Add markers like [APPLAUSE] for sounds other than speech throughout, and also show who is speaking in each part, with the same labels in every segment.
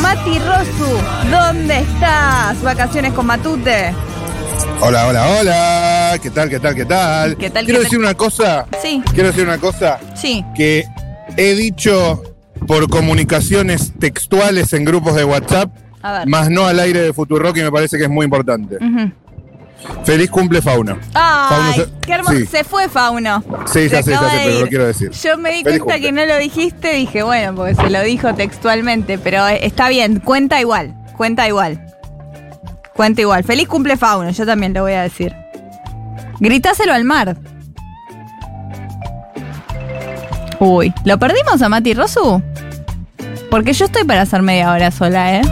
Speaker 1: Mati Rosu, ¿dónde estás? Vacaciones con Matute.
Speaker 2: Hola, hola, hola. ¿Qué tal, qué tal, qué tal?
Speaker 1: ¿Qué tal,
Speaker 2: Quiero
Speaker 1: qué tal?
Speaker 2: decir una cosa.
Speaker 1: Sí,
Speaker 2: Quiero decir una cosa
Speaker 1: sí.
Speaker 2: que he dicho por comunicaciones textuales en grupos de WhatsApp,
Speaker 1: A ver.
Speaker 2: más no al aire de Futurock y me parece que es muy importante.
Speaker 1: Ujú. Mm.
Speaker 2: Feliz cumple, Fauna.
Speaker 1: Ay,
Speaker 2: Fauno se-
Speaker 1: qué hermoso.
Speaker 2: sí.
Speaker 1: Se fue Fauno.
Speaker 2: Sí, ya
Speaker 1: Se
Speaker 2: sé, ya
Speaker 1: acaba
Speaker 2: sé,
Speaker 1: de
Speaker 2: pero
Speaker 1: ir.
Speaker 2: lo quiero decir.
Speaker 1: Yo me di
Speaker 2: Feliz
Speaker 1: cuenta que no
Speaker 2: cumple.
Speaker 1: lo dijiste, dije, bueno, porque se lo dijo textualmente, pero eh, está bien, cuenta igual, cuenta igual. Cuenta igual. Feliz cumple Fauno, yo también lo voy a decir. Gritáselo al mar. Uy, ¿lo perdimos a Mati Rosu? Porque yo estoy para hacer media hora sola, ¿eh?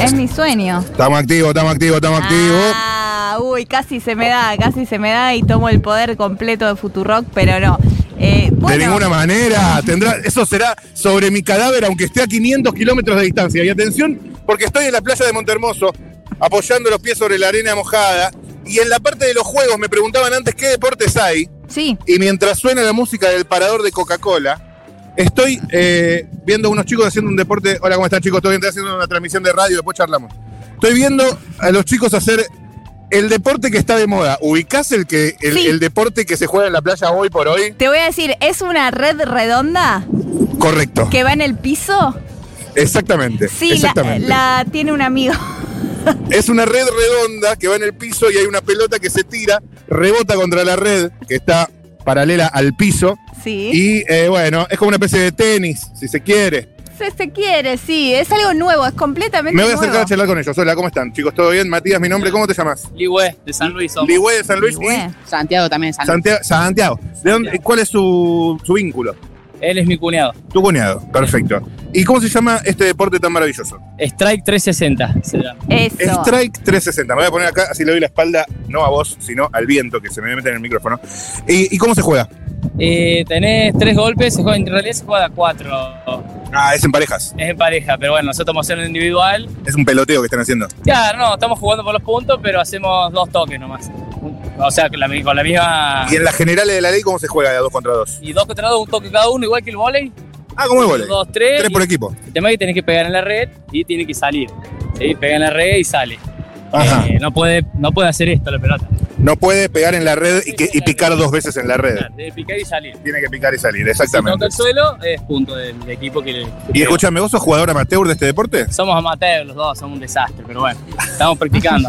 Speaker 1: Es mi sueño.
Speaker 2: Estamos activos, estamos activos, estamos activos.
Speaker 1: Ah, uy, casi se me da, casi se me da y tomo el poder completo de Futurock, pero no. Eh, bueno,
Speaker 2: De ninguna manera. Tendrá, eso será sobre mi cadáver, aunque esté a 500 kilómetros de distancia. Y atención, porque estoy en la playa de Montermoso, apoyando los pies sobre la arena mojada. Y en la parte de los juegos me preguntaban antes qué deportes hay.
Speaker 1: Sí,
Speaker 2: Y mientras suena la música del parador de Coca-Cola, estoy eh, viendo unos chicos haciendo un deporte. Hola, ¿cómo están, chicos? Estoy haciendo una transmisión de radio, después charlamos. Estoy viendo a los chicos hacer el deporte que está de moda. ¿Ubicás el, que, el,
Speaker 1: Sí.
Speaker 2: el deporte que se juega en la playa hoy por hoy?
Speaker 1: te voy a decir, es una red redonda
Speaker 2: Correcto.
Speaker 1: que va en el piso.
Speaker 2: Exactamente.
Speaker 1: Sí, la,
Speaker 2: Eh, exactamente.
Speaker 1: la tiene un amigo. [LAUGHS]
Speaker 2: Es una red redonda que va en el piso y hay una pelota que se tira, rebota contra la red que está paralela al piso.
Speaker 1: Sí.
Speaker 2: Y eh, bueno, es como una especie de tenis, si se quiere.
Speaker 1: Se, se quiere, sí, es algo nuevo, es completamente
Speaker 2: Me voy a
Speaker 1: nuevo.
Speaker 2: acercar a charlar con ellos. Hola, ¿cómo están? Chicos, ¿todo bien? Matías, mi nombre, ¿cómo te llamas?
Speaker 3: Ligüe, de San Luis somos.
Speaker 2: Ligüe de San Luis
Speaker 1: Y bueno,
Speaker 4: Santiago también,
Speaker 2: y
Speaker 4: San
Speaker 2: Santiago. Santiago. ¿De dónde, ¿Cuál es su, su vínculo?
Speaker 3: Él es mi cuñado.
Speaker 2: Tu cuñado, perfecto. ¿Y cómo se llama este deporte tan maravilloso?
Speaker 3: Strike 360 se llama.
Speaker 1: Eso.
Speaker 2: Strike 360. Me voy a poner acá, así le doy la espalda, no a vos, sino al viento que se me mete en el micrófono. ¿Y, y cómo se juega?
Speaker 3: Eh, tenés tres golpes, se juega- en realidad se juega a cuatro.
Speaker 2: Ah, es en parejas.
Speaker 3: Es en pareja, pero bueno, nosotros estamos haciendo individual.
Speaker 2: Es un peloteo que están haciendo.
Speaker 3: Claro, no, estamos jugando por los puntos, pero hacemos dos toques nomás. O sea, con la, mi- con la misma.
Speaker 2: ¿Y en las generales de la ley cómo se juega de a dos contra dos?
Speaker 3: Y dos contra dos, un toque cada uno, igual que el volei.
Speaker 2: Ah, como es volei.
Speaker 3: Dos, tres.
Speaker 2: Tres por
Speaker 3: y
Speaker 2: equipo.
Speaker 3: El tema es que tenés que pegar en la red y tiene que salir. ¿sí? Pega en la red y sale.
Speaker 2: Ajá.
Speaker 3: Eh, no, puede, no puede hacer esto la pelota.
Speaker 2: No puede pegar en la red y, que- y picar dos veces en la red.
Speaker 3: Claro, tiene que picar y salir.
Speaker 2: Tiene que picar y salir,
Speaker 3: Si toca
Speaker 2: exactamente.
Speaker 3: el suelo, es punto del equipo que le.
Speaker 2: Y escúchame, ¿vos sos jugador amateur de este deporte? [LAUGHS]
Speaker 3: Somos amateurs los dos, somos un desastre, pero bueno,
Speaker 2: [LAUGHS]
Speaker 3: estamos practicando.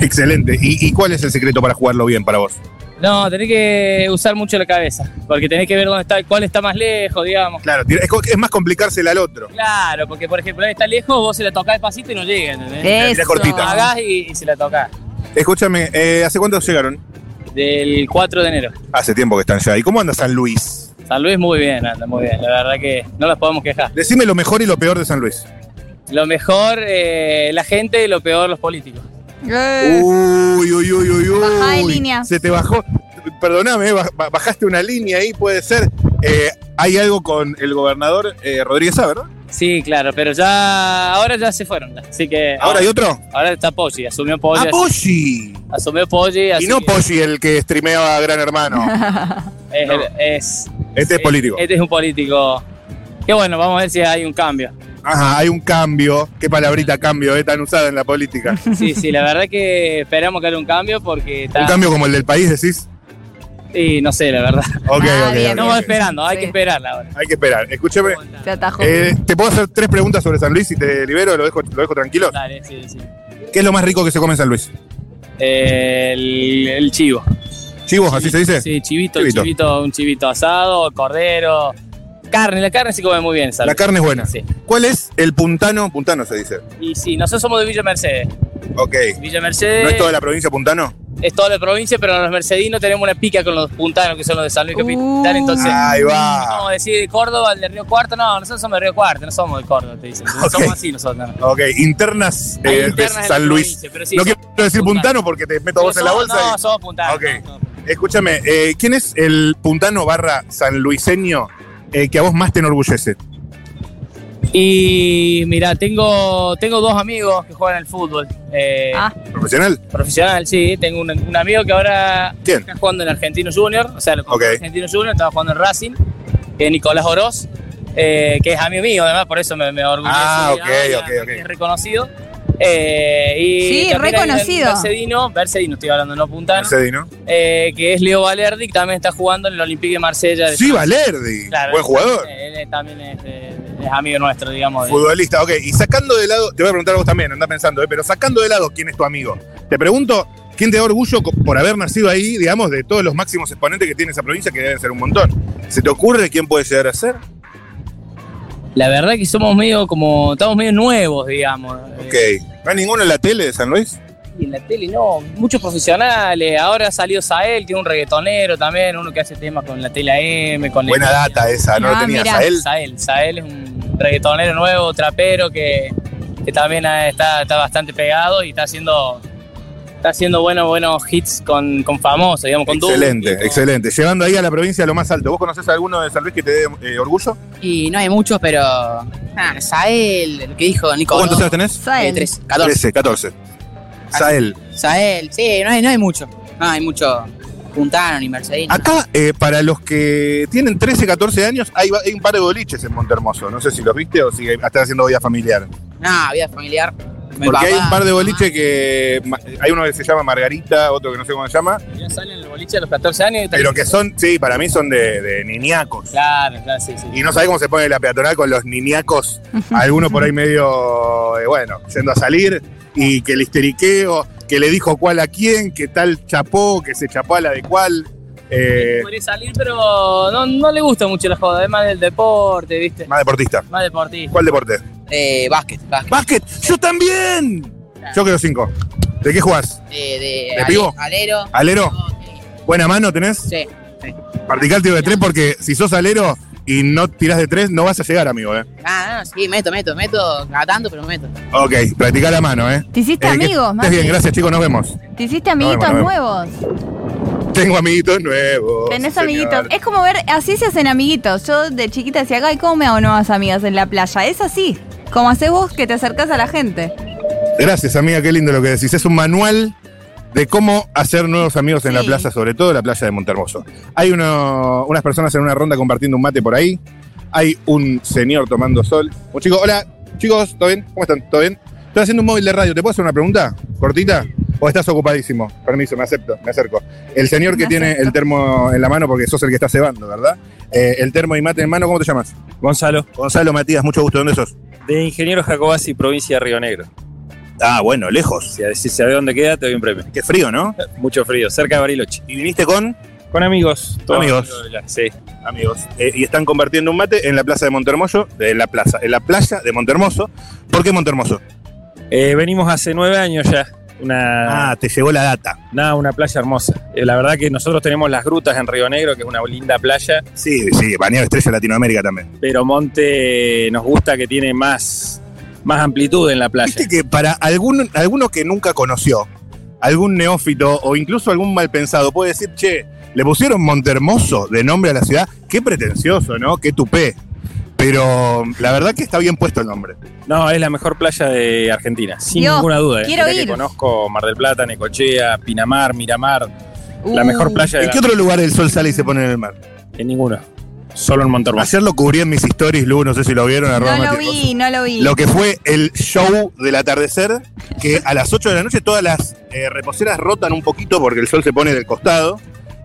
Speaker 2: Excelente. ¿Y, y cuál es el secreto para jugarlo bien para vos?
Speaker 3: No, tenés que usar mucho la cabeza, porque tenés que ver dónde está, cuál está más lejos, digamos.
Speaker 2: Claro, tira- es, co- es más complicársela al otro.
Speaker 3: Claro, porque por ejemplo, él está lejos, vos se la tocás despacito y no llega, ¿entendés?
Speaker 1: Eso.
Speaker 2: Mira, cortita.
Speaker 3: Pagás y, y se la tocás.
Speaker 2: Escúchame, eh, ¿hace cuánto llegaron?
Speaker 3: Del 4 de enero.
Speaker 2: Hace tiempo que están ya. ¿Y cómo anda San Luis?
Speaker 3: San Luis muy bien, anda muy bien. La verdad que no nos podemos quejar.
Speaker 2: Decime lo mejor y lo peor de San Luis.
Speaker 3: Lo mejor eh, la gente y lo peor los políticos.
Speaker 1: Eh,
Speaker 2: Uh, Uy, uy, uy, uy, uy.
Speaker 1: Bajá de línea.
Speaker 2: Se te bajó. Perdóname, baj- ba- bajaste una línea ahí, puede ser. Eh, hay algo con el gobernador eh, Rodríguez Sá, ¿verdad?
Speaker 3: Sí, claro, pero ya ahora ya se fueron. Así
Speaker 1: Ah.
Speaker 3: que
Speaker 2: Ahora hay otro.
Speaker 3: ahora está Poggi, asumió
Speaker 1: Oh,
Speaker 3: Poggi.
Speaker 2: ¡A Ah, Poggi!
Speaker 3: Asumió Poggi. así
Speaker 2: Y no
Speaker 3: que
Speaker 2: Poggi el que streameaba a
Speaker 1: [LAUGHS]
Speaker 2: Gran Hermano.
Speaker 3: es-
Speaker 2: no.
Speaker 3: es-
Speaker 2: Este es político.
Speaker 1: Eh,
Speaker 3: Este es un político. Qué bueno, vamos a ver si hay un cambio.
Speaker 2: Ajá, hay un cambio. Qué palabrita cambio, eh, tan usada en
Speaker 1: [LAUGHS]
Speaker 2: la política.
Speaker 3: Sí, sí, la verdad que esperamos que haya un cambio porque está.
Speaker 2: Un cambio como el del país, decís.
Speaker 3: Y no sé, la verdad.
Speaker 2: [LAUGHS] Ok,
Speaker 1: Ah,
Speaker 2: ok,
Speaker 1: bien,
Speaker 2: ok,
Speaker 3: No vamos
Speaker 2: ok.
Speaker 3: esperando, hay
Speaker 1: Sí.
Speaker 3: que esperarla ahora.
Speaker 2: Hay que esperar. Escúchame.
Speaker 1: se atajó.
Speaker 2: eh, te puedo hacer tres preguntas sobre San Luis y te libero, lo dejo, lo dejo tranquilo.
Speaker 3: Dale, sí, sí.
Speaker 2: ¿Qué es lo más rico que se come en San Luis?
Speaker 3: El, el chivo.
Speaker 2: Chivos, así se dice.
Speaker 3: Sí, chivito,
Speaker 2: Chivito.
Speaker 3: chivito, un chivito asado, cordero, carne. La carne se come muy bien, ¿sabes?
Speaker 2: La carne es buena.
Speaker 3: Sí.
Speaker 2: ¿Cuál es el puntano? Puntano se dice.
Speaker 3: Y sí, nosotros somos de Villa Mercedes.
Speaker 2: Ok.
Speaker 3: Villa Mercedes
Speaker 2: ¿No es toda la provincia puntano?
Speaker 3: es toda la provincia, pero los mercedinos tenemos una pica con los puntanos que son los de San Luis Capital.
Speaker 1: Uh.
Speaker 3: Entonces,
Speaker 2: Ahí
Speaker 3: Como
Speaker 2: va.
Speaker 3: decir de Córdoba, el de Río Cuarto, no, nosotros somos de Río Cuarto, no somos de Córdoba, te dicen.
Speaker 2: Ok.
Speaker 3: Somos así nosotros. ¿no?
Speaker 2: Ok, internas,
Speaker 3: Hay
Speaker 2: eh, de
Speaker 3: internas en la
Speaker 2: San Luis.
Speaker 3: provincia, pero sí,
Speaker 2: No
Speaker 3: somos-
Speaker 2: quiero decir
Speaker 3: puntano.
Speaker 2: puntano porque te meto a vos en la
Speaker 3: somos-
Speaker 2: bolsa.
Speaker 3: No,
Speaker 2: y-
Speaker 3: somos puntanos.
Speaker 2: Ok.
Speaker 3: no, no.
Speaker 2: Escúchame, eh, ¿quién es el puntano barra sanluiseño eh, que a vos más te enorgullece?
Speaker 3: Y mira, tengo, tengo dos amigos que juegan al fútbol. Eh,
Speaker 1: Ah.
Speaker 2: ¿Profesional?
Speaker 3: Profesional, sí. Tengo un, un amigo que ahora
Speaker 2: ¿Quién?
Speaker 3: está jugando en Argentino Junior, o sea, lo compró
Speaker 2: Ok.
Speaker 3: en Argentino Junior, estaba jugando en Racing, que es Nicolás Oroz. eh, que es amigo mío, además, por eso me, me orgulloso.
Speaker 2: Ah, ok,
Speaker 3: digamos,
Speaker 2: ok,
Speaker 3: que
Speaker 2: ok.
Speaker 3: Es reconocido. Eh, y
Speaker 1: Sí,
Speaker 3: también hay un
Speaker 1: reconocido.
Speaker 3: Bercedino, Bercedino, estoy hablando, no Puntano,
Speaker 2: Mercedino.
Speaker 3: eh, que es Leo Valerdi, que también está jugando en el Olympique de Marsella. de
Speaker 2: Sí, Valerdi.
Speaker 3: Claro,
Speaker 2: buen
Speaker 3: él
Speaker 2: jugador.
Speaker 3: también- Él, es- también es, eh, es amigo nuestro, digamos. de-
Speaker 2: Futbolista, ok. Y sacando de lado, te voy a preguntar a vos también, anda pensando, ¿eh? pero sacando de lado quién es tu amigo, te pregunto, ¿quién te da orgullo co- por haber nacido ahí, digamos, de todos los máximos exponentes que tiene esa provincia, que deben ser un montón? ¿Se te ocurre quién puede llegar a ser?
Speaker 3: La verdad que somos medio como. Estamos medio nuevos, digamos. eh,
Speaker 2: Ok. ¿No hay ninguno en la tele de San Luis?
Speaker 3: Y en la tele no, muchos profesionales. Ahora ha salido Sael, que es un reggaetonero también, uno que hace temas con la tele AM, con la-
Speaker 2: Buena data esa, no
Speaker 1: Ah,
Speaker 2: la tenías
Speaker 1: mirá.
Speaker 2: a él.
Speaker 3: Sael. Sael es un reggaetonero nuevo, trapero, que, que también ah, está, está bastante pegado y está haciendo, está haciendo buenos, buenos hits con, con famosos, digamos, con Duki,
Speaker 2: Excelente,
Speaker 3: con-
Speaker 2: excelente. Llevando ahí a la provincia a lo más alto. ¿Vos conocés a alguno de San Luis que te dé eh, orgullo?
Speaker 4: Y no hay muchos, pero. Ah, Sael, lo que dijo Nico.
Speaker 2: ¿Cuántos
Speaker 4: Bravo,
Speaker 2: años tenés?
Speaker 1: Sael.
Speaker 4: eh, tres, 14.
Speaker 2: 13, 14. Sael.
Speaker 4: Sael, sí, no hay, no hay mucho. No hay mucho. Puntano ni Mercedino.
Speaker 2: Acá, eh, para los que tienen 13, 14 años, hay, hay un par de boliches en Montermoso. No sé si los viste o si están haciendo vida familiar.
Speaker 4: No, vida familiar. Mi
Speaker 2: Porque
Speaker 4: papá,
Speaker 2: hay un par de
Speaker 4: mi mamá.
Speaker 2: boliches que. ma- Hay uno que se llama Margarita, otro que no sé cómo se llama.
Speaker 3: Ya salen el boliche a los 14 años. y está-
Speaker 2: Pero que son, sí, para mí son de, de niñacos.
Speaker 3: Claro, claro, sí, sí.
Speaker 2: Y no sabés cómo se pone la peatonal con los
Speaker 4: [LAUGHS]
Speaker 2: niñacos. Algunos por ahí medio, eh, bueno, yendo a salir. Y que el histeriqueo, que le dijo cuál a quién, que tal chapó, que se chapó a la de cuál. eh,
Speaker 3: Podría salir, pero no, no le gusta mucho la joda, es más del deporte, ¿viste?
Speaker 2: más deportista.
Speaker 3: Más deportista.
Speaker 2: ¿Cuál deporte?
Speaker 4: Eh, básquet, básquet.
Speaker 2: ¡Básquet! ¡Yo también! Yo quiero cinco. ¿De qué jugás?
Speaker 4: De, de,
Speaker 2: ¿De
Speaker 4: ale-
Speaker 2: pivo?
Speaker 4: Alero.
Speaker 2: ¿Alero?
Speaker 4: Ok,
Speaker 2: ¿Buena mano tenés?
Speaker 4: Sí.
Speaker 2: Practicá el tiro de tres porque si sos alero y no tirás de tres, no vas a llegar, amigo, ¿eh?
Speaker 4: Ah, no, sí, meto, meto, meto. Cada tanto, pero meto.
Speaker 2: Ok, practicá la mano, ¿eh?
Speaker 1: Te hiciste
Speaker 2: Eh, que
Speaker 1: amigos,
Speaker 2: Estés
Speaker 1: Mati.
Speaker 2: bien, gracias, chicos, nos vemos.
Speaker 1: Te hiciste
Speaker 2: Nos vemos,
Speaker 1: amiguitos
Speaker 2: nos
Speaker 1: nuevos.
Speaker 2: Tengo amiguitos nuevos.
Speaker 1: Tenés
Speaker 2: señor.
Speaker 1: amiguitos. Es como ver, así se hacen amiguitos. Yo de chiquita decía, ay, ¿cómo me hago nuevas amigas en la playa? Es así. Como haces vos que te acercás a la gente.
Speaker 2: Gracias, amiga, qué lindo lo que decís. Es un manual de cómo hacer nuevos amigos en la
Speaker 1: Sí.
Speaker 2: plaza, sobre todo la playa de Montermoso. Hay uno- unas personas en una ronda compartiendo un mate por ahí. Hay un señor tomando sol. Un chico, hola, chicos, ¿todo bien? ¿Cómo están? ¿Todo bien? Estoy haciendo un móvil de radio. ¿Te puedo hacer una pregunta cortita? ¿O estás ocupadísimo? Permiso, me acepto, me acerco. El señor que
Speaker 1: Me
Speaker 2: tiene
Speaker 1: acerco.
Speaker 2: el termo en la mano, porque sos el que está cebando, ¿verdad? Eh, el termo y mate en mano, ¿cómo te llamas?
Speaker 5: Gonzalo,
Speaker 2: Gonzalo Matías, mucho gusto. ¿Dónde sos?
Speaker 5: de Ingeniero Jacobasi, provincia de Río Negro.
Speaker 2: Ah, bueno, lejos.
Speaker 5: Si si sabés dónde queda, te doy un premio.
Speaker 2: Qué frío, ¿no?
Speaker 5: Mucho frío, cerca de Bariloche.
Speaker 2: ¿Y viniste con...?
Speaker 5: Con amigos. todos
Speaker 2: Amigos.
Speaker 5: de la- Sí.
Speaker 2: amigos, eh, y están compartiendo un mate en la plaza de Montermoso, en la plaza, en la playa de Montermoso. ¿Por qué Montermoso?
Speaker 5: Eh, venimos hace nueve años ya. Una,
Speaker 2: Ah, te llegó la data.
Speaker 5: nada, una playa hermosa. Eh, la verdad que nosotros tenemos las grutas en Río Negro, que es una linda playa,
Speaker 2: Sí, sí, Bañado Estrella Latinoamérica también.
Speaker 5: pero Monte eh, nos gusta que tiene más, más amplitud en la playa.
Speaker 2: Viste que para algún, alguno que nunca conoció, algún neófito o incluso algún mal pensado puede decir, che, le pusieron Montermoso de nombre a la ciudad, qué pretencioso, ¿no? Qué tupé. Pero la verdad que está bien puesto el nombre.
Speaker 5: No, es la mejor playa de Argentina, sin
Speaker 1: Dios,
Speaker 5: ninguna duda. eh.
Speaker 1: quiero
Speaker 5: Mirá que
Speaker 1: ir.
Speaker 5: conozco Mar del Plata, Necochea, Pinamar, Miramar, la
Speaker 1: Uh,
Speaker 5: mejor playa de
Speaker 2: ¿En qué
Speaker 5: la...
Speaker 2: otro lugar el sol sale y se pone en el mar?
Speaker 5: En ninguno. Solo en Montermoso.
Speaker 2: Ayer lo cubrí en mis stories, Lu, no sé si lo vieron.
Speaker 1: No
Speaker 2: arroba
Speaker 1: lo
Speaker 2: Mati Rosso.
Speaker 1: vi, no lo vi.
Speaker 2: lo que fue el show del atardecer, que a las 8 de la noche todas las eh, reposeras rotan un poquito porque el sol se pone del costado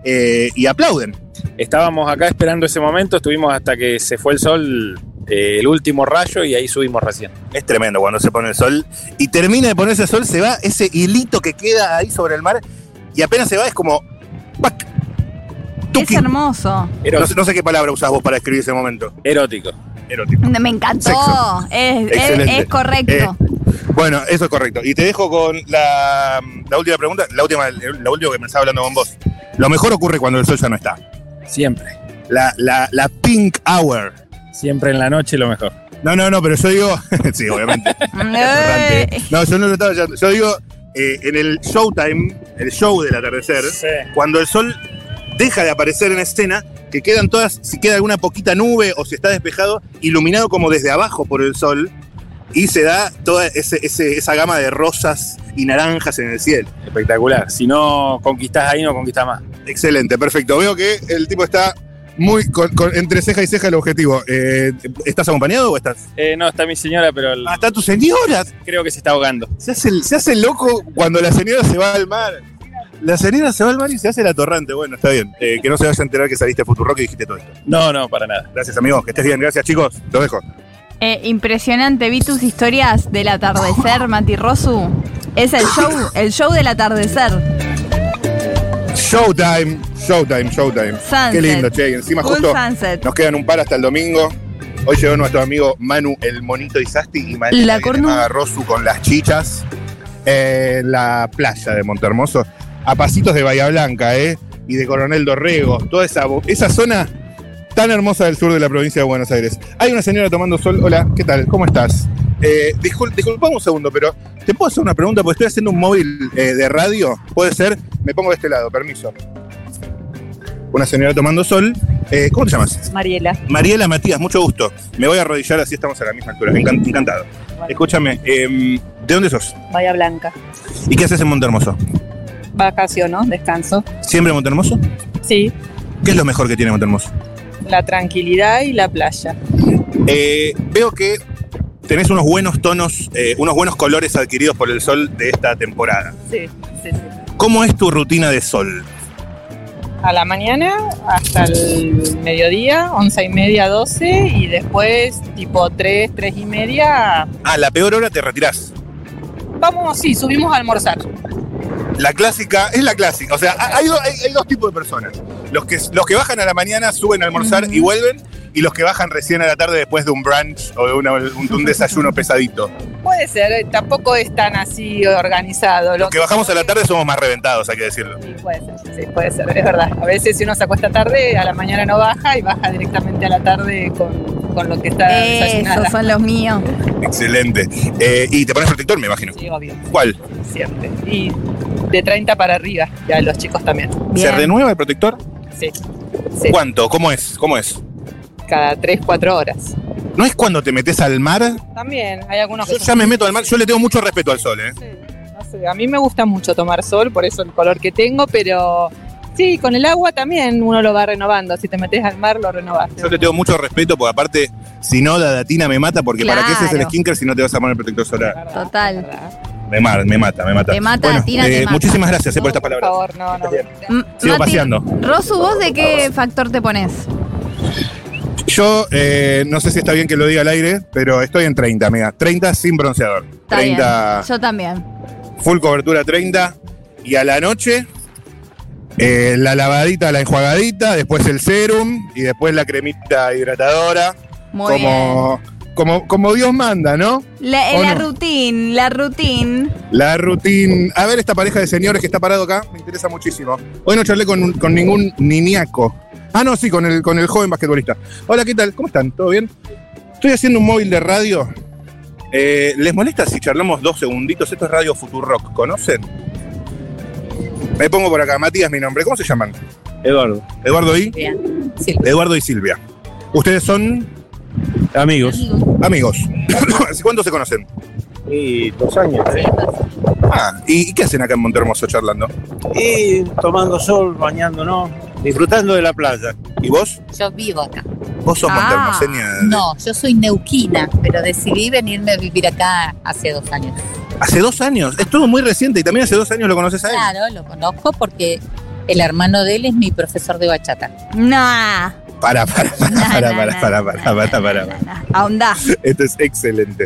Speaker 2: eh, y aplauden.
Speaker 5: Estábamos acá esperando ese momento, estuvimos hasta que se fue el sol, eh, el último rayo, y ahí subimos recién.
Speaker 2: Es tremendo cuando se pone el sol. Y termina de ponerse el sol, se va ese hilito que queda ahí sobre el mar y apenas se va es como... ¡pac!
Speaker 1: es
Speaker 2: Tuki.
Speaker 1: hermoso.
Speaker 2: No, sé- no sé qué palabra usás vos para escribir ese momento.
Speaker 5: Erótico.
Speaker 2: Erótico.
Speaker 1: Me encantó.
Speaker 2: Sexo.
Speaker 1: Es, es-
Speaker 2: Excelente. Eh.
Speaker 1: es correcto.
Speaker 2: Bueno, eso es correcto. Y te dejo con la, la última pregunta, la última, la última que me estaba hablando con vos. Lo mejor ocurre cuando el sol ya no está.
Speaker 5: Siempre.
Speaker 2: La, la, la pink hour.
Speaker 5: Siempre en la noche lo mejor.
Speaker 2: No, no, no, pero yo digo. [LAUGHS] sí, obviamente.
Speaker 1: Eh,
Speaker 2: Errante. No, yo no lo estaba llamando. Yo digo, eh, en el showtime, el show del atardecer, cuando el sol deja de aparecer en escena, que quedan todas, si queda alguna poquita nube o si está despejado, iluminado como desde abajo por el sol, y se da toda ese- ese- esa gama de rosas y naranjas en el cielo.
Speaker 5: Espectacular. Si no conquistás ahí, no conquistás más.
Speaker 2: Excelente, perfecto. Veo que el tipo está muy con- con- entre ceja y ceja el objetivo. Eh, ¿Estás acompañado o estás?
Speaker 5: Eh, no, está mi señora, pero el-
Speaker 2: Ah, está tu señora.
Speaker 5: creo que se está ahogando.
Speaker 2: Se hace, el- se hace el loco cuando la señora se va al mar. La señora se va al mar y se hace la torrante. Bueno, está bien. Eh, que no se vaya a enterar que saliste a Futurock y dijiste todo esto.
Speaker 5: No, no, para nada.
Speaker 2: Gracias, amigos. Que estés bien. Gracias, chicos. Los dejo.
Speaker 1: Eh, impresionante, vi tus historias del atardecer, Mati Rosu. Es el show, el show del atardecer.
Speaker 2: Showtime, showtime, showtime.
Speaker 1: Sunset.
Speaker 2: Qué lindo, che. Y encima
Speaker 1: Full
Speaker 2: justo
Speaker 1: sunset.
Speaker 2: nos quedan un par hasta el domingo. Hoy llegó nuestro amigo Manu el Monito Isasti y
Speaker 1: La
Speaker 2: María
Speaker 1: cornu-
Speaker 2: agarró su con las chichas en la playa de Montermoso, a pasitos de Bahía Blanca, ¿eh? Y de Coronel Dorrego, toda esa, bo- esa zona tan hermosa del sur de la provincia de Buenos Aires. Hay una señora tomando sol. Hola, ¿qué tal? ¿Cómo estás? Eh, discul- disculpame un segundo, pero ¿te puedo hacer una pregunta? Porque estoy haciendo un móvil eh, de radio. Puede ser, me pongo de este lado, permiso. Una señora tomando sol. Eh, ¿Cómo te llamas?
Speaker 6: Mariela.
Speaker 2: Mariela Matías, mucho gusto. Me voy a arrodillar, así estamos a la misma altura. Encan- encantado. Escúchame, em, ¿de dónde sos?
Speaker 6: Bahía Blanca.
Speaker 2: ¿Y qué haces en Montermoso?
Speaker 6: Vacación, ¿no? Descanso.
Speaker 2: ¿Siempre en Montermoso?
Speaker 6: Sí,
Speaker 2: ¿Qué es lo mejor que tiene Montermoso?
Speaker 6: la tranquilidad y la playa.
Speaker 2: Eh, veo que tenés unos buenos tonos, eh, unos buenos colores adquiridos por el sol de esta temporada.
Speaker 6: Sí, sí, sí.
Speaker 2: ¿Cómo es tu rutina de sol?
Speaker 6: A la mañana hasta el mediodía, once y media, doce, y después tipo tres, tres y media,
Speaker 2: Ah, la peor hora te retirás.
Speaker 6: vamos, sí, subimos a almorzar.
Speaker 2: La clásica es la clásica. O sea, ha- hay, do- hay- hay dos tipos de personas. Los que, los que bajan a la mañana, suben a almorzar y vuelven. Y los que bajan recién a la tarde después de un brunch o de una- un, un desayuno pesadito.
Speaker 6: Puede ser, eh, tampoco es tan así organizado.
Speaker 2: Los que bajamos a la tarde somos más reventados, hay que decirlo.
Speaker 6: Sí, puede ser, sí, puede ser, es verdad. A veces si uno se acuesta tarde, a la mañana no baja y baja directamente a la tarde con, con lo que está desayunada.
Speaker 1: Esos son los míos.
Speaker 2: Excelente. Eh, y te pones protector, me imagino.
Speaker 6: Sí, obvio.
Speaker 2: ¿Cuál?
Speaker 6: siempre. Y de 30 para arriba, ya los chicos también.
Speaker 2: ¿Se
Speaker 1: Bien.
Speaker 2: renueva el protector?
Speaker 6: Sí. Sí.
Speaker 2: ¿Cuánto? ¿Cómo es? ¿Cómo es?
Speaker 6: Cada 3, 4 horas.
Speaker 2: ¿No es cuando te metes al mar?
Speaker 6: También, hay algunos
Speaker 2: Yo
Speaker 6: que
Speaker 2: ya
Speaker 6: son-
Speaker 2: me meto al mar, yo le tengo mucho respeto al sol, ¿eh?
Speaker 6: Sí, no sé, a mí me gusta mucho tomar sol, por eso el color que tengo, pero sí, con el agua también uno lo va renovando. Si te metes al mar, lo renovas.
Speaker 2: Yo le tengo mucho respeto porque aparte, si no, la datina me mata porque ¿para qué haces el
Speaker 1: Claro.
Speaker 2: skinker si no te vas a poner protector solar?
Speaker 1: Total.
Speaker 2: Me mata, me mata, me mata.
Speaker 1: Te mata, tira, te mata.
Speaker 2: Muchísimas gracias eh, por estas
Speaker 6: por
Speaker 2: palabras.
Speaker 6: favor, no, no.
Speaker 1: M-
Speaker 2: Sigo paseando.
Speaker 1: Rosu, ¿vos de qué factor te pones?
Speaker 2: Yo eh, no sé si está bien que lo diga al aire, pero estoy en 30, amiga. 30 sin bronceador.
Speaker 1: Está
Speaker 2: 30,
Speaker 1: bien. Yo también.
Speaker 2: full cobertura 30. Y a la noche, eh, la lavadita, la enjuagadita, después el serum y después la cremita hidratadora.
Speaker 1: Muy
Speaker 2: como, como, como Dios manda, ¿no?
Speaker 1: bien. La, eh,
Speaker 2: ¿o
Speaker 1: la
Speaker 2: no?
Speaker 1: rutina, la rutina.
Speaker 2: La rutina. A ver, esta pareja de señores que está parado acá, me interesa muchísimo. Hoy no charlé con, un- con ningún niñaco. Ah, no, sí, con el, con el joven basquetbolista. Hola, ¿qué tal? ¿Cómo están? ¿Todo bien? Estoy haciendo un móvil de radio. Eh, ¿Les molesta si charlamos dos segunditos? Esto es Radio Futurock, ¿conocen? Me pongo por acá, Matías, mi nombre. ¿Cómo se llaman?
Speaker 5: Eduardo.
Speaker 2: Eduardo y.
Speaker 6: Sí.
Speaker 2: Eduardo y Silvia. Ustedes son
Speaker 5: Amigos.
Speaker 2: amigos. [COUGHS] ¿Hace cuánto se conocen?
Speaker 5: Y dos años.
Speaker 2: Ah, ¿y, y qué hacen acá en Montermoso charlando?
Speaker 7: Y tomando sol, bañándonos, disfrutando de la playa.
Speaker 2: ¿Y vos?
Speaker 8: Yo vivo acá.
Speaker 2: ¿Vos sos
Speaker 1: Ah,
Speaker 2: montermoseña?
Speaker 8: No, yo soy neuquina, pero decidí venirme a vivir acá hace dos años.
Speaker 2: Hace dos años. Es todo muy reciente y también hace dos años lo conoces a él.
Speaker 8: Claro, lo conozco porque el hermano de él es mi profesor de bachata.
Speaker 1: Nah.
Speaker 2: Para, para, para, [LAUGHS]
Speaker 1: Nah, nah,
Speaker 2: para, para,
Speaker 1: nah,
Speaker 2: para,
Speaker 1: nah,
Speaker 2: para,
Speaker 1: nah,
Speaker 2: para,
Speaker 1: nah,
Speaker 2: para,
Speaker 1: nah, nah. Ahondá.
Speaker 2: Esto es excelente.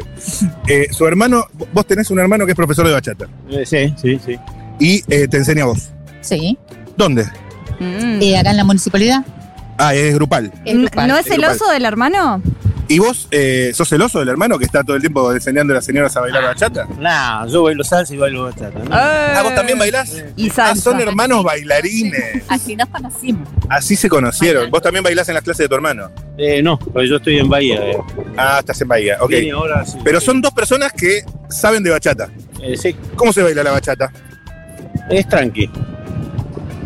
Speaker 2: Eh, su hermano, vos tenés un hermano que es profesor de bachata
Speaker 7: sí, sí, sí.
Speaker 2: y eh, te enseña a vos.
Speaker 8: Sí.
Speaker 2: ¿Dónde?
Speaker 1: Mm.
Speaker 8: Eh, acá en la municipalidad.
Speaker 2: Ah, es grupal.
Speaker 8: Es
Speaker 1: N-
Speaker 8: grupal.
Speaker 1: Eh, ¿No es
Speaker 2: es
Speaker 1: el
Speaker 2: grupal.
Speaker 1: oso del hermano?
Speaker 2: ¿Y vos eh, sos celoso del hermano que está todo el tiempo enseñando a las señoras a bailar bachata?
Speaker 7: Nah, yo bailo salsa y bailo bachata. ¿no?
Speaker 2: Ah, ¿vos también bailás?
Speaker 1: Y
Speaker 2: Ah,
Speaker 1: salsa.
Speaker 2: son hermanos bailarines.
Speaker 8: Eh, Así nos conocimos.
Speaker 2: Así se conocieron. Vos también bailás en las clases de tu hermano.
Speaker 7: Eh, no, pero yo estoy en Bahía. eh.
Speaker 2: Ah, estás en Bahía, ok.
Speaker 7: Vine ahora, sí.
Speaker 2: Pero son dos personas que saben de bachata.
Speaker 7: Eh, sí,
Speaker 2: ¿Cómo se baila la bachata?
Speaker 7: es tranqui.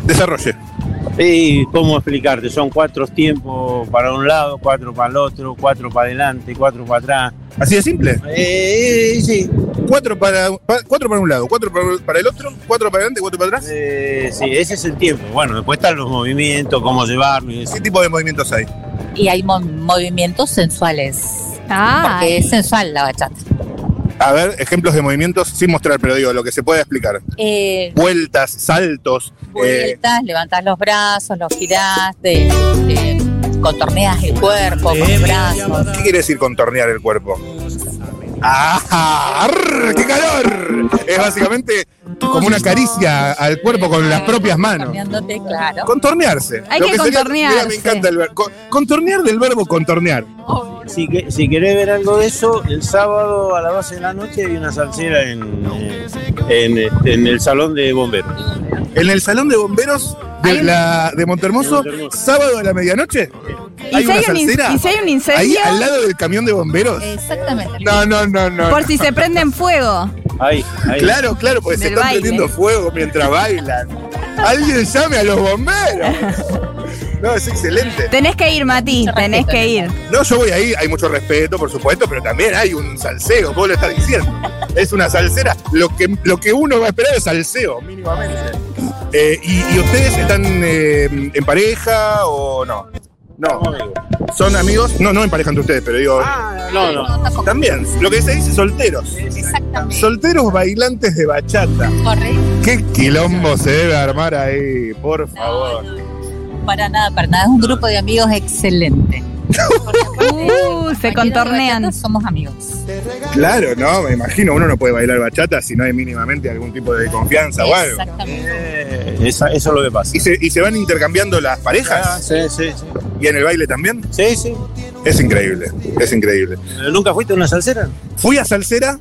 Speaker 2: Desarrolle.
Speaker 7: Y cómo explicarte, son cuatro tiempos para un lado, cuatro para el otro, cuatro para adelante, cuatro para atrás.
Speaker 2: Así de simple.
Speaker 7: Eh, eh, sí,
Speaker 2: Cuatro para, pa- cuatro para un lado, cuatro para, para el otro, cuatro para adelante, cuatro para atrás.
Speaker 7: eh, sí, ese es el tiempo. Bueno, después están los movimientos, cómo llevarlo y eso.
Speaker 2: ¿Qué tipo de movimientos hay?
Speaker 8: Y hay mo- movimientos sensuales.
Speaker 1: Ah,
Speaker 8: Porque es sensual la bachata.
Speaker 2: A ver, ejemplos de movimientos sin mostrar, pero digo, lo que se puede explicar.
Speaker 8: Eh,
Speaker 2: Vueltas, saltos. eh,
Speaker 8: vueltas, levantás los brazos, los girás, de, eh, contorneas el cuerpo con los brazos.
Speaker 2: ¿Qué quiere decir contornear el cuerpo? ¡Ah! arr, ¡Qué calor! Es básicamente como una caricia al cuerpo con las propias manos.
Speaker 8: Cambiándote, claro.
Speaker 2: Contornearse.
Speaker 1: Hay que
Speaker 2: sería-
Speaker 1: contornearse.
Speaker 2: Mira, me encanta el verbo. Co- Contornear del verbo contornear.
Speaker 7: Si, que- si querés ver algo de eso, el sábado a las 12 de la noche hay una salsera en, eh, en, este, en el salón de bomberos.
Speaker 2: En el salón de bomberos
Speaker 1: Hay
Speaker 2: de,
Speaker 1: un-
Speaker 2: la, de Montermoso, sábado a la medianoche.
Speaker 1: ¿Y
Speaker 2: Hay
Speaker 1: si,
Speaker 2: una
Speaker 1: hay un in-
Speaker 2: salsera
Speaker 1: y si hay un
Speaker 2: ahí
Speaker 1: incendio?
Speaker 2: al lado del camión de bomberos.
Speaker 8: Exactamente.
Speaker 2: No, no, no, no.
Speaker 1: Por si se prende en fuego.
Speaker 7: Ahí, ahí.
Speaker 2: Claro, claro, porque se
Speaker 1: Del
Speaker 2: están
Speaker 1: baile.
Speaker 2: prendiendo fuego mientras bailan. Alguien llame a los bomberos. No, es excelente.
Speaker 1: Tenés que ir, Mati,
Speaker 8: Mucho
Speaker 1: tenés
Speaker 8: respeto,
Speaker 1: que ir.
Speaker 2: No, yo voy ahí, hay mucho respeto, por supuesto, pero también hay un salseo, vos lo estás diciendo. Es una salsera, lo que, lo que uno va a esperar es salseo, mínimamente. Eh, y, y ustedes están eh, en pareja o no? No. ¿Son amigos? No, no en pareja entre ustedes, pero digo.
Speaker 7: Ah, No, no.
Speaker 2: También, lo que se dice solteros.
Speaker 8: Exactamente.
Speaker 2: Solteros bailantes de bachata.
Speaker 8: Correcto.
Speaker 2: ¿Qué quilombo se debe armar ahí? Por
Speaker 8: No,
Speaker 2: favor.
Speaker 8: no, Para nada, para nada. Es un grupo de amigos excelente. [LAUGHS]
Speaker 1: Uh, se contornean.
Speaker 8: Somos amigos.
Speaker 2: Claro, no, me imagino, uno no puede bailar bachata si no hay mínimamente algún tipo de confianza o algo.
Speaker 8: Exactamente.
Speaker 7: Eh, esa- eso es lo que pasa.
Speaker 2: ¿Y se, y se van intercambiando las
Speaker 7: Ah,
Speaker 2: parejas?
Speaker 7: sí, sí, sí.
Speaker 2: ¿Y en el baile también?
Speaker 7: Sí, sí.
Speaker 2: Es increíble, es increíble.
Speaker 7: ¿Nunca fuiste a una salsera?
Speaker 2: Fui a salsera,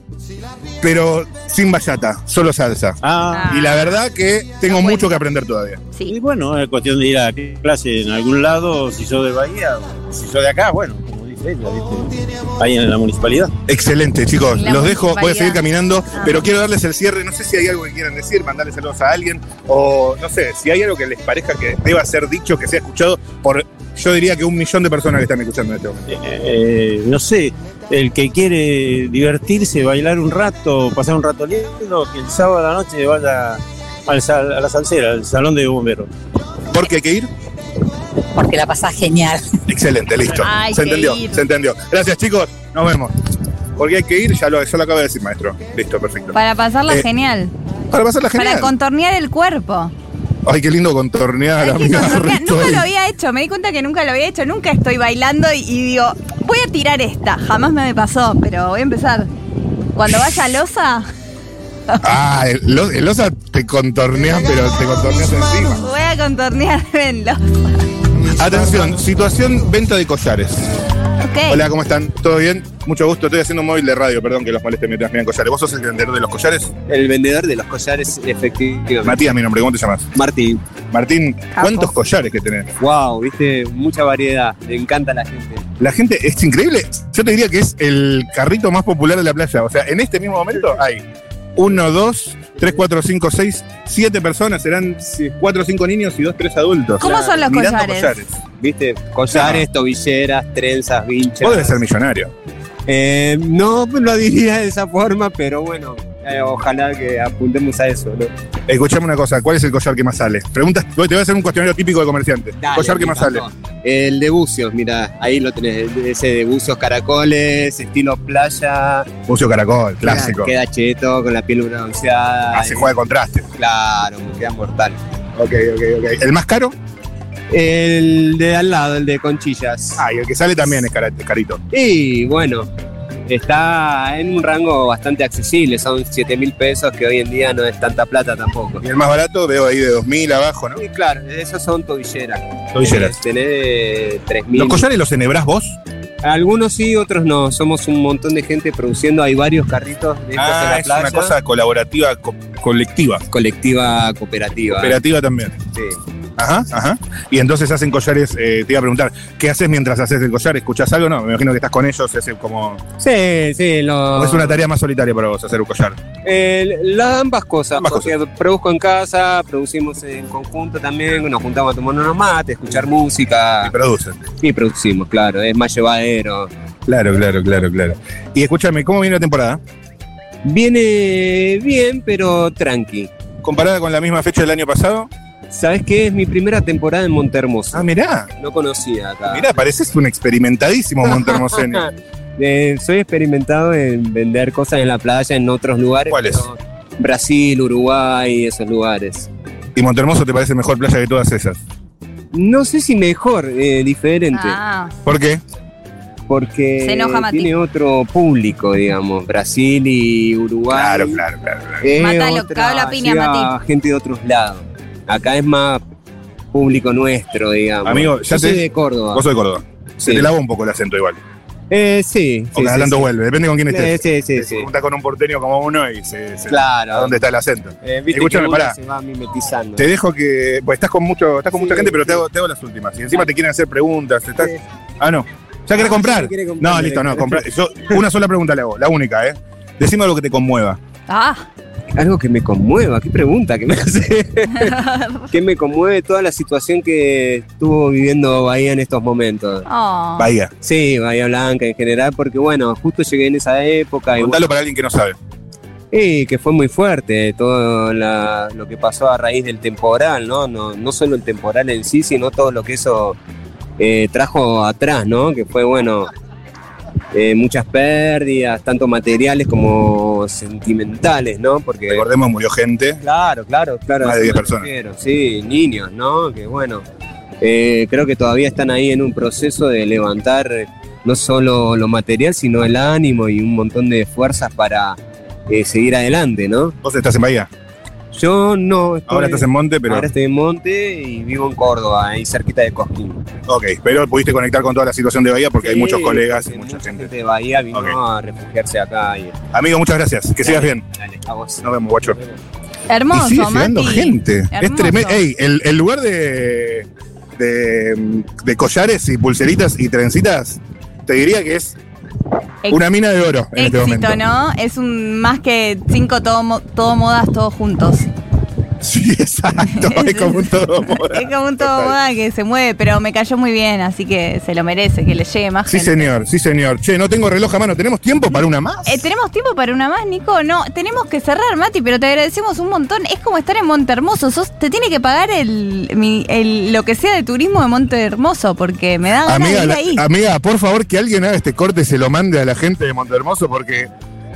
Speaker 2: pero sin bachata, solo salsa.
Speaker 7: Ah.
Speaker 2: Y la verdad que tengo
Speaker 1: bueno.
Speaker 2: mucho que aprender todavía.
Speaker 7: Y bueno, es cuestión de ir a clase en algún lado, si sos de Bahía, o si sos de acá, bueno, como dice ella, ¿viste? ahí en la municipalidad.
Speaker 2: Excelente, chicos.
Speaker 1: La
Speaker 2: Los dejo, voy a
Speaker 1: municipalidad.
Speaker 2: seguir caminando,
Speaker 1: Ah.
Speaker 2: pero quiero darles el cierre. No sé si hay algo que quieran decir, mandarle saludos a alguien, o no sé, si hay algo que les parezca que deba ser dicho, que sea escuchado por, yo diría que un millón de personas que están escuchando en este momento.
Speaker 7: Eh, eh, no sé, el que quiere divertirse, bailar un rato, pasar un rato lindo, que el sábado a la noche vaya al sal- a la salsera, al salón de bomberos.
Speaker 2: Porque hay que ir.
Speaker 8: Porque la pasás genial.
Speaker 2: Excelente, listo.
Speaker 1: Hay
Speaker 2: se
Speaker 1: que
Speaker 2: entendió,
Speaker 1: ir.
Speaker 2: se entendió. Gracias, chicos. Nos vemos. Porque hay que ir, ya lo, ya lo acabo de decir, maestro. Listo, perfecto.
Speaker 1: Para pasarla
Speaker 2: Eh,
Speaker 1: genial.
Speaker 2: Para pasarla
Speaker 1: Para
Speaker 2: genial.
Speaker 1: contornear el cuerpo.
Speaker 2: Ay, qué lindo contornear,
Speaker 1: Hay que
Speaker 2: amiga. [LAUGHS]
Speaker 1: contornear.
Speaker 2: Estoy-
Speaker 1: Nunca lo había hecho, me di cuenta que nunca lo había hecho, nunca estoy bailando y, y digo, voy a tirar esta. Jamás me pasó, pero voy a empezar. Cuando vaya a Losa,
Speaker 2: Ah, el, lo- el osa te contorneas, pero te contorneas encima.
Speaker 1: voy a contornear [LAUGHS] en Loza.
Speaker 2: Atención, situación venta de collares.
Speaker 1: Ok.
Speaker 2: Hola, ¿cómo están? ¿Todo bien? Mucho gusto, estoy haciendo un móvil de radio, perdón que los moleste mientras miran collares. ¿Vos sos el vendedor de los collares?
Speaker 9: El vendedor de los collares efectivamente.
Speaker 2: Matías, mi nombre, ¿cómo te llamas?
Speaker 9: Martín,
Speaker 2: Martín, ¿cuántos collares que tenés?
Speaker 9: wow, viste, mucha variedad, le encanta a la gente.
Speaker 2: La gente es increíble. Yo te diría que es el carrito más popular de la playa. O sea, en este mismo momento hay uno, dos, tres, cuatro, cinco, seis, siete personas. Serán si- cuatro o cinco niños y dos, tres adultos.
Speaker 1: ¿Cómo son los
Speaker 2: Mirando
Speaker 1: collares?
Speaker 9: Viste, collares, tobilleras, trenzas, vinchas.
Speaker 2: Vos debes ser millonario.
Speaker 9: Eh, no lo diría de esa forma, pero bueno, eh, ojalá que apuntemos a eso, ¿no?
Speaker 2: Escuchame una cosa, ¿cuál es el collar que más sale? Pregunta, te voy a hacer un cuestionario típico de comerciante.
Speaker 9: Dale,
Speaker 2: collar que
Speaker 9: me
Speaker 2: más sale.
Speaker 9: encantó. El de bucios, mira, ahí lo tenés, el- ese de bucios caracoles, estilo playa.
Speaker 2: Bucio caracol, clásico.
Speaker 9: Queda cheto, con la piel bronceada.
Speaker 2: Hace juega de contraste.
Speaker 9: Claro, queda mortal.
Speaker 2: Ok, ok, ok. ¿El más caro?
Speaker 9: El de al lado, el de conchillas.
Speaker 2: Ah, y el que sale también es cara- carito.
Speaker 9: Y bueno, está en un rango bastante accesible, son 7 mil pesos que hoy en día no es tanta plata tampoco.
Speaker 2: Y el más barato veo ahí de 2.000 abajo, ¿no?
Speaker 8: Eh,
Speaker 9: Y claro, esos son tobilleras.
Speaker 2: Tobilleras.
Speaker 9: Eh, Tenés de 3
Speaker 2: ¿Los
Speaker 9: mil.
Speaker 2: collares los enhebrás vos?
Speaker 9: Algunos sí, otros no. Somos un montón de gente produciendo, hay varios carritos de estos en la
Speaker 2: es una
Speaker 9: playa.
Speaker 2: cosa colaborativa, co- colectiva.
Speaker 9: Colectiva cooperativa.
Speaker 2: Cooperativa también.
Speaker 9: Sí.
Speaker 2: Ajá, ajá. Y entonces hacen collares, eh, te iba a preguntar, ¿qué haces mientras haces el collar? ¿Escuchás algo? No, me imagino que estás con ellos, es como...
Speaker 9: Sí, sí, lo-
Speaker 2: o
Speaker 8: Pues
Speaker 2: es una tarea más solitaria para vos hacer un collar.
Speaker 9: Eh, la- ambas cosas,
Speaker 2: Ambas
Speaker 9: porque produzco en casa, producimos en conjunto también, nos juntamos a tomar unos mates, escuchar música
Speaker 2: Y producen.
Speaker 9: y producimos, claro, es más llevadero.
Speaker 2: Claro, claro, claro, claro. Y escúchame, ¿cómo viene la temporada?
Speaker 9: Viene bien, pero tranqui.
Speaker 2: ¿Comparada con la misma fecha del año pasado?
Speaker 9: ¿Sabes qué? Es mi primera temporada en Montermoso.
Speaker 2: Ah, mirá.
Speaker 9: No conocía acá.
Speaker 2: Mirá, pareces un experimentadísimo
Speaker 9: [LAUGHS]
Speaker 2: Montermoseño.
Speaker 9: Eh, soy experimentado en vender cosas en la playa en otros lugares.
Speaker 2: ¿Cuáles?
Speaker 9: pero Brasil, Uruguay, esos lugares.
Speaker 2: ¿Y Montermoso te parece mejor playa que todas esas?
Speaker 9: No sé si mejor, eh, diferente.
Speaker 1: Ah,
Speaker 2: ¿Por qué?
Speaker 9: porque
Speaker 1: Se enoja Mati.
Speaker 9: tiene otro público, digamos, Brasil y Uruguay.
Speaker 2: Claro, claro, claro. claro.
Speaker 9: es
Speaker 1: Mátalo,
Speaker 9: otra-
Speaker 1: cago la piña,
Speaker 9: llega
Speaker 1: Mati.
Speaker 9: gente de otros lados. Acá es más público nuestro, digamos.
Speaker 2: Amigo, ya
Speaker 9: Yo soy
Speaker 2: te-
Speaker 9: de Córdoba.
Speaker 2: Vos sos de Córdoba. Se
Speaker 9: Sí.
Speaker 2: te lavó un poco el acento igual.
Speaker 9: Eh, sí, sí,
Speaker 2: O cada
Speaker 9: sí,
Speaker 2: tanto
Speaker 9: sí.
Speaker 2: vuelve, depende con quién estés.
Speaker 9: Eh, sí, sí,
Speaker 2: Se
Speaker 9: sí.
Speaker 2: junta con un porteño como uno y se... se-
Speaker 9: Claro.
Speaker 2: ¿A dónde está el acento?
Speaker 9: Eh, viste
Speaker 2: Escúchame,
Speaker 9: que uno
Speaker 2: pará.
Speaker 9: se va mimetizando.
Speaker 2: Te dejo que. Pues estás con mucho, estás con
Speaker 9: Sí,
Speaker 2: mucha gente, pero te
Speaker 9: sí. Ah.
Speaker 2: hago, te hago las últimas. Y encima te quieren hacer preguntas. te estás-
Speaker 9: Sí.
Speaker 2: Ah, no. ¿Ya querés
Speaker 9: Ah,
Speaker 2: comprar?
Speaker 9: sí, quiere comprar,
Speaker 2: No,
Speaker 9: quiere
Speaker 2: listo, no.
Speaker 9: [LAUGHS] comprar.
Speaker 2: compra- Yo, una sola pregunta le hago, la única, ¿eh? Decime algo que te conmueva.
Speaker 1: ah,
Speaker 9: Algo que me conmueva, qué pregunta que me [LAUGHS] hace. que me conmueve toda la situación que estuvo viviendo Bahía en estos momentos.
Speaker 1: oh.
Speaker 2: Bahía.
Speaker 9: Sí, Bahía Blanca en general, porque bueno, justo llegué en esa época y,
Speaker 2: Contalo para alguien que no sabe.
Speaker 9: y que fue muy fuerte todo la- lo que pasó a raíz del temporal, ¿no? No, no solo el temporal en sí, sino todo lo que eso eh, trajo atrás, ¿no? Que fue, bueno, eh, muchas pérdidas, tanto materiales como sentimentales, ¿no? Porque...
Speaker 2: Recordemos, murió gente.
Speaker 9: Claro, claro, claro.
Speaker 2: Más de
Speaker 9: a eso
Speaker 2: 10
Speaker 9: me
Speaker 2: personas.
Speaker 9: refiero. Sí, niños, ¿no? Que bueno, eh, creo que todavía están ahí en un proceso de levantar eh, no solo lo material, sino el ánimo y un montón de fuerzas para eh, seguir adelante, ¿no?
Speaker 2: Vos estás en Bahía.
Speaker 9: Yo no estoy,
Speaker 2: Ahora estás en Monte, Ah, pero.
Speaker 9: ahora estoy en Monte y vivo en Córdoba, ahí cerquita de Cosquín.
Speaker 2: Ok, pero pudiste conectar con toda la situación de Bahía porque hay
Speaker 9: Sí,
Speaker 2: muchos colegas y
Speaker 9: porque
Speaker 2: mucha gente.
Speaker 9: de Bahía vino
Speaker 2: Ok.
Speaker 9: a refugiarse acá y
Speaker 2: Amigo, muchas gracias. Que sigas
Speaker 9: Dale.
Speaker 2: bien.
Speaker 9: dale, a vos.
Speaker 2: Nos vemos, guacho. y sigue
Speaker 1: Hermoso,
Speaker 2: llegando
Speaker 1: Mati.
Speaker 2: gente. Es
Speaker 1: Hermoso.
Speaker 2: tremendo. Ey, el, el lugar de, de, de collares y pulseritas y trencitas, te diría que es
Speaker 1: Ex-
Speaker 2: una mina de oro en este
Speaker 1: Éxito,
Speaker 2: momento.
Speaker 1: ¿no? Es un más que cinco todo, mo- todo modas, todos juntos.
Speaker 2: [LAUGHS] Sí, exacto. es como
Speaker 1: [LAUGHS]
Speaker 2: un todo moda.
Speaker 1: Es como un todo
Speaker 2: Total.
Speaker 1: moda que se mueve, pero me cayó muy bien, así que se lo merece, que le llegue más
Speaker 2: Sí,
Speaker 1: gente.
Speaker 2: señor, sí, señor. Che, no tengo reloj a mano. ¿Tenemos tiempo para una más?
Speaker 1: Eh, ¿Tenemos tiempo para una más, Nico? No, tenemos que cerrar, Mati, pero te agradecemos un montón. Es como estar en Monte Hermoso. Sos- te tiene que pagar el, mi- el- lo que sea de turismo de Monte Hermoso, porque me da ganas
Speaker 2: Amiga,
Speaker 1: de ir
Speaker 2: la-
Speaker 1: ahí.
Speaker 2: amiga, por favor, que alguien haga este corte y se lo mande a la gente de Montehermoso porque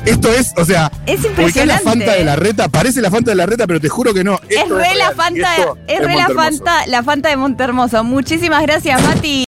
Speaker 2: esto es, o sea,
Speaker 1: es
Speaker 2: ubicá la
Speaker 1: impresionante. ¿eh?
Speaker 2: Fanta de la Reta, parece la Fanta de la Reta, pero te juro que no.
Speaker 1: es
Speaker 2: Esto
Speaker 1: re la
Speaker 2: real, y
Speaker 1: Fanta,
Speaker 2: esto
Speaker 1: es re la
Speaker 2: Montehermoso.
Speaker 1: Fanta, la Fanta de Monte Hermoso. Muchísimas gracias, Mati.